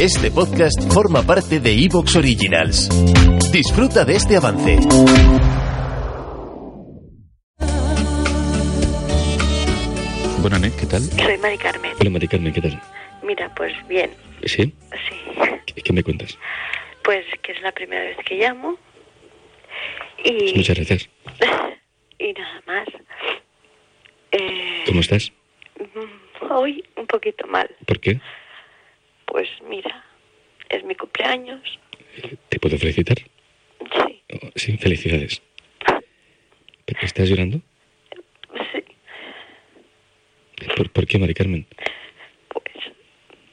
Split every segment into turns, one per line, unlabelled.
Este podcast forma parte de Evox Originals. Disfruta de este avance.
Bueno, Anet, ¿qué tal?
Soy Mari Carmen.
Hola, Mari Carmen, ¿qué tal?
Mira, pues bien,
¿Sí?
sí.
¿Qué, qué me cuentas?
Pues que es la primera vez que llamo.
Pues
Y,
muchas gracias.
y nada más. Eh,
¿Cómo estás?
mm, hoy un poquito mal.
¿Por qué?
Pues mira, es mi cumpleaños.
¿Te puedo felicitar?
Sí,
Oh, sí, felicidades. ¿Pero ¿Estás llorando?
sí.
¿Por, por qué, Mari Carmen?
Pues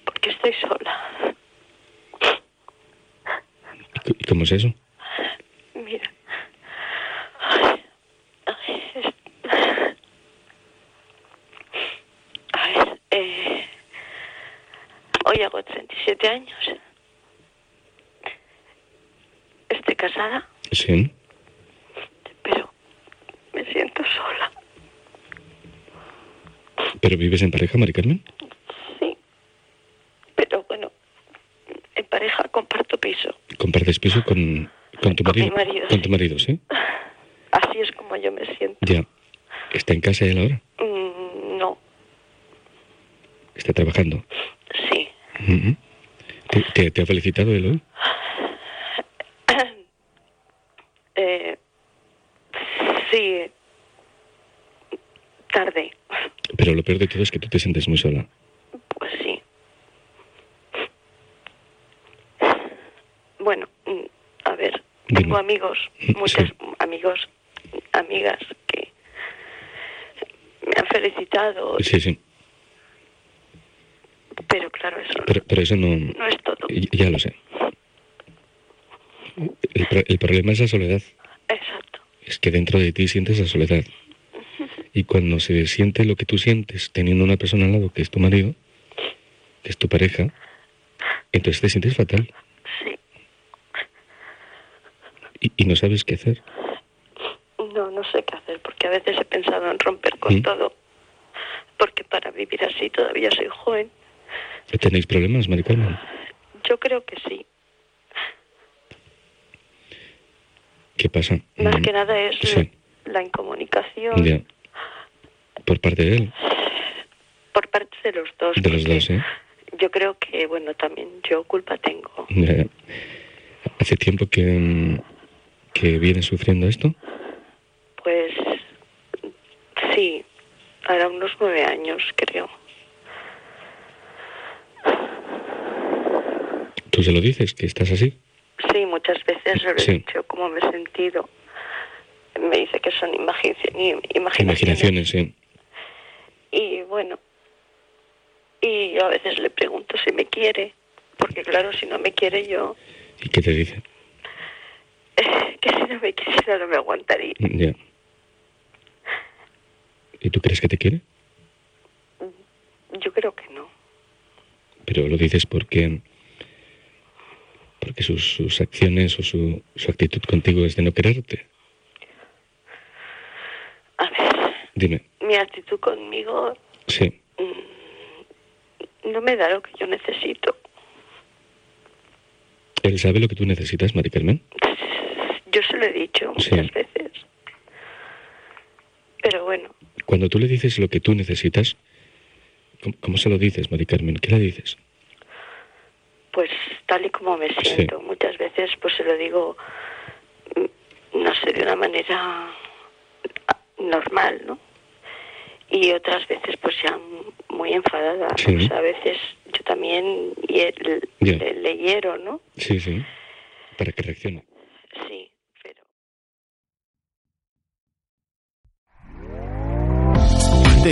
porque estoy sola.
¿Y c- y cómo es eso?
Mira. Ay, ay, es- Ay, eh, hoy hago 37 años. Estoy casada,
Sí.
pero me siento sola.
¿Pero vives en pareja, Mari Carmen?
Sí. Pero bueno, en pareja comparto piso.
¿Compartes piso con, con tu
Con mi
marido?
marido,
Con
sí.
tu marido, ¿sí?
Así es como yo me siento.
Ya. ¿Está en casa él ahora?
Mm, No,
¿Está trabajando?
sí.
Ujú. ¿Te, te, te ha felicitado él hoy?
Eh, sí, tarde,
Pero lo peor de todo es que tú te sientes muy sola.
pues sí. Bueno, mm, a ver,
Dime. Eh,
tengo amigos, muchos
Sí.
amigos, amigas que me han felicitado,
Sí, sí.
pero claro, eso no-
Pero, pero eso no...
no es todo.
Y- Ya lo sé. El, pro- el problema es la soledad.
Exacto,
Es que dentro de ti sientes la soledad. Y cuando se siente lo que tú sientes, teniendo una persona al lado que es tu marido, que es tu pareja, entonces te sientes fatal
sí.
y, y no sabes qué hacer.
No, no sé qué hacer, porque a veces he pensado en romper con
¿Mm?
todo, porque para vivir así todavía soy joven.
¿Tenéis problemas, Mari Carmen?
Yo creo que sí.
¿Qué pasa?
Más
Mm,
que nada es
Sí.
la incomunicación
Ya. Por parte de él,
por parte de los dos.
de los
porque
dos, ¿eh?
Yo creo que, bueno, también yo culpa tengo.
Ya, ya. ¿Hace tiempo que, mm, que vienes sufriendo esto?
Pues sí, ahora unos nueve años creo.
¿Tú se lo dices, que estás así?
Sí, muchas veces se lo he
Sí.
dicho cómo me he sentido. Me dice que son imagi- i- imaginaciones.
Imaginaciones, sí.
Y bueno, y yo a veces le pregunto si me quiere, porque claro, si no me quiere yo,
¿Y qué te dice?
que si no me quisiera no me aguantaría.
Ya. ¿Y tú crees que te quiere?
Yo creo que no.
Pero lo dices porque, porque sus, sus acciones o su, su actitud contigo es de no quererte.
A ver,
Dime,
mi actitud conmigo
sí,
no me da lo que yo necesito.
¿él sabe lo que tú necesitas, Mari Carmen?
Yo se lo he dicho
Sí.
muchas veces. Pero bueno,
Cuando tú le dices lo que tú necesitas, ¿cómo, cómo se lo dices, Mari Carmen? ¿Qué le dices?
pues tal y como me siento, muchas veces pues se lo digo, mm, no sé, de una manera ah, normal, ¿no? Y otras veces pues ya mm, muy enfadada.
Sí.
Pues, a veces yo también hie-
Ya.
le, le hiero, ¿no?
Sí, sí, para que reaccione.
Sí, pero...
¿Te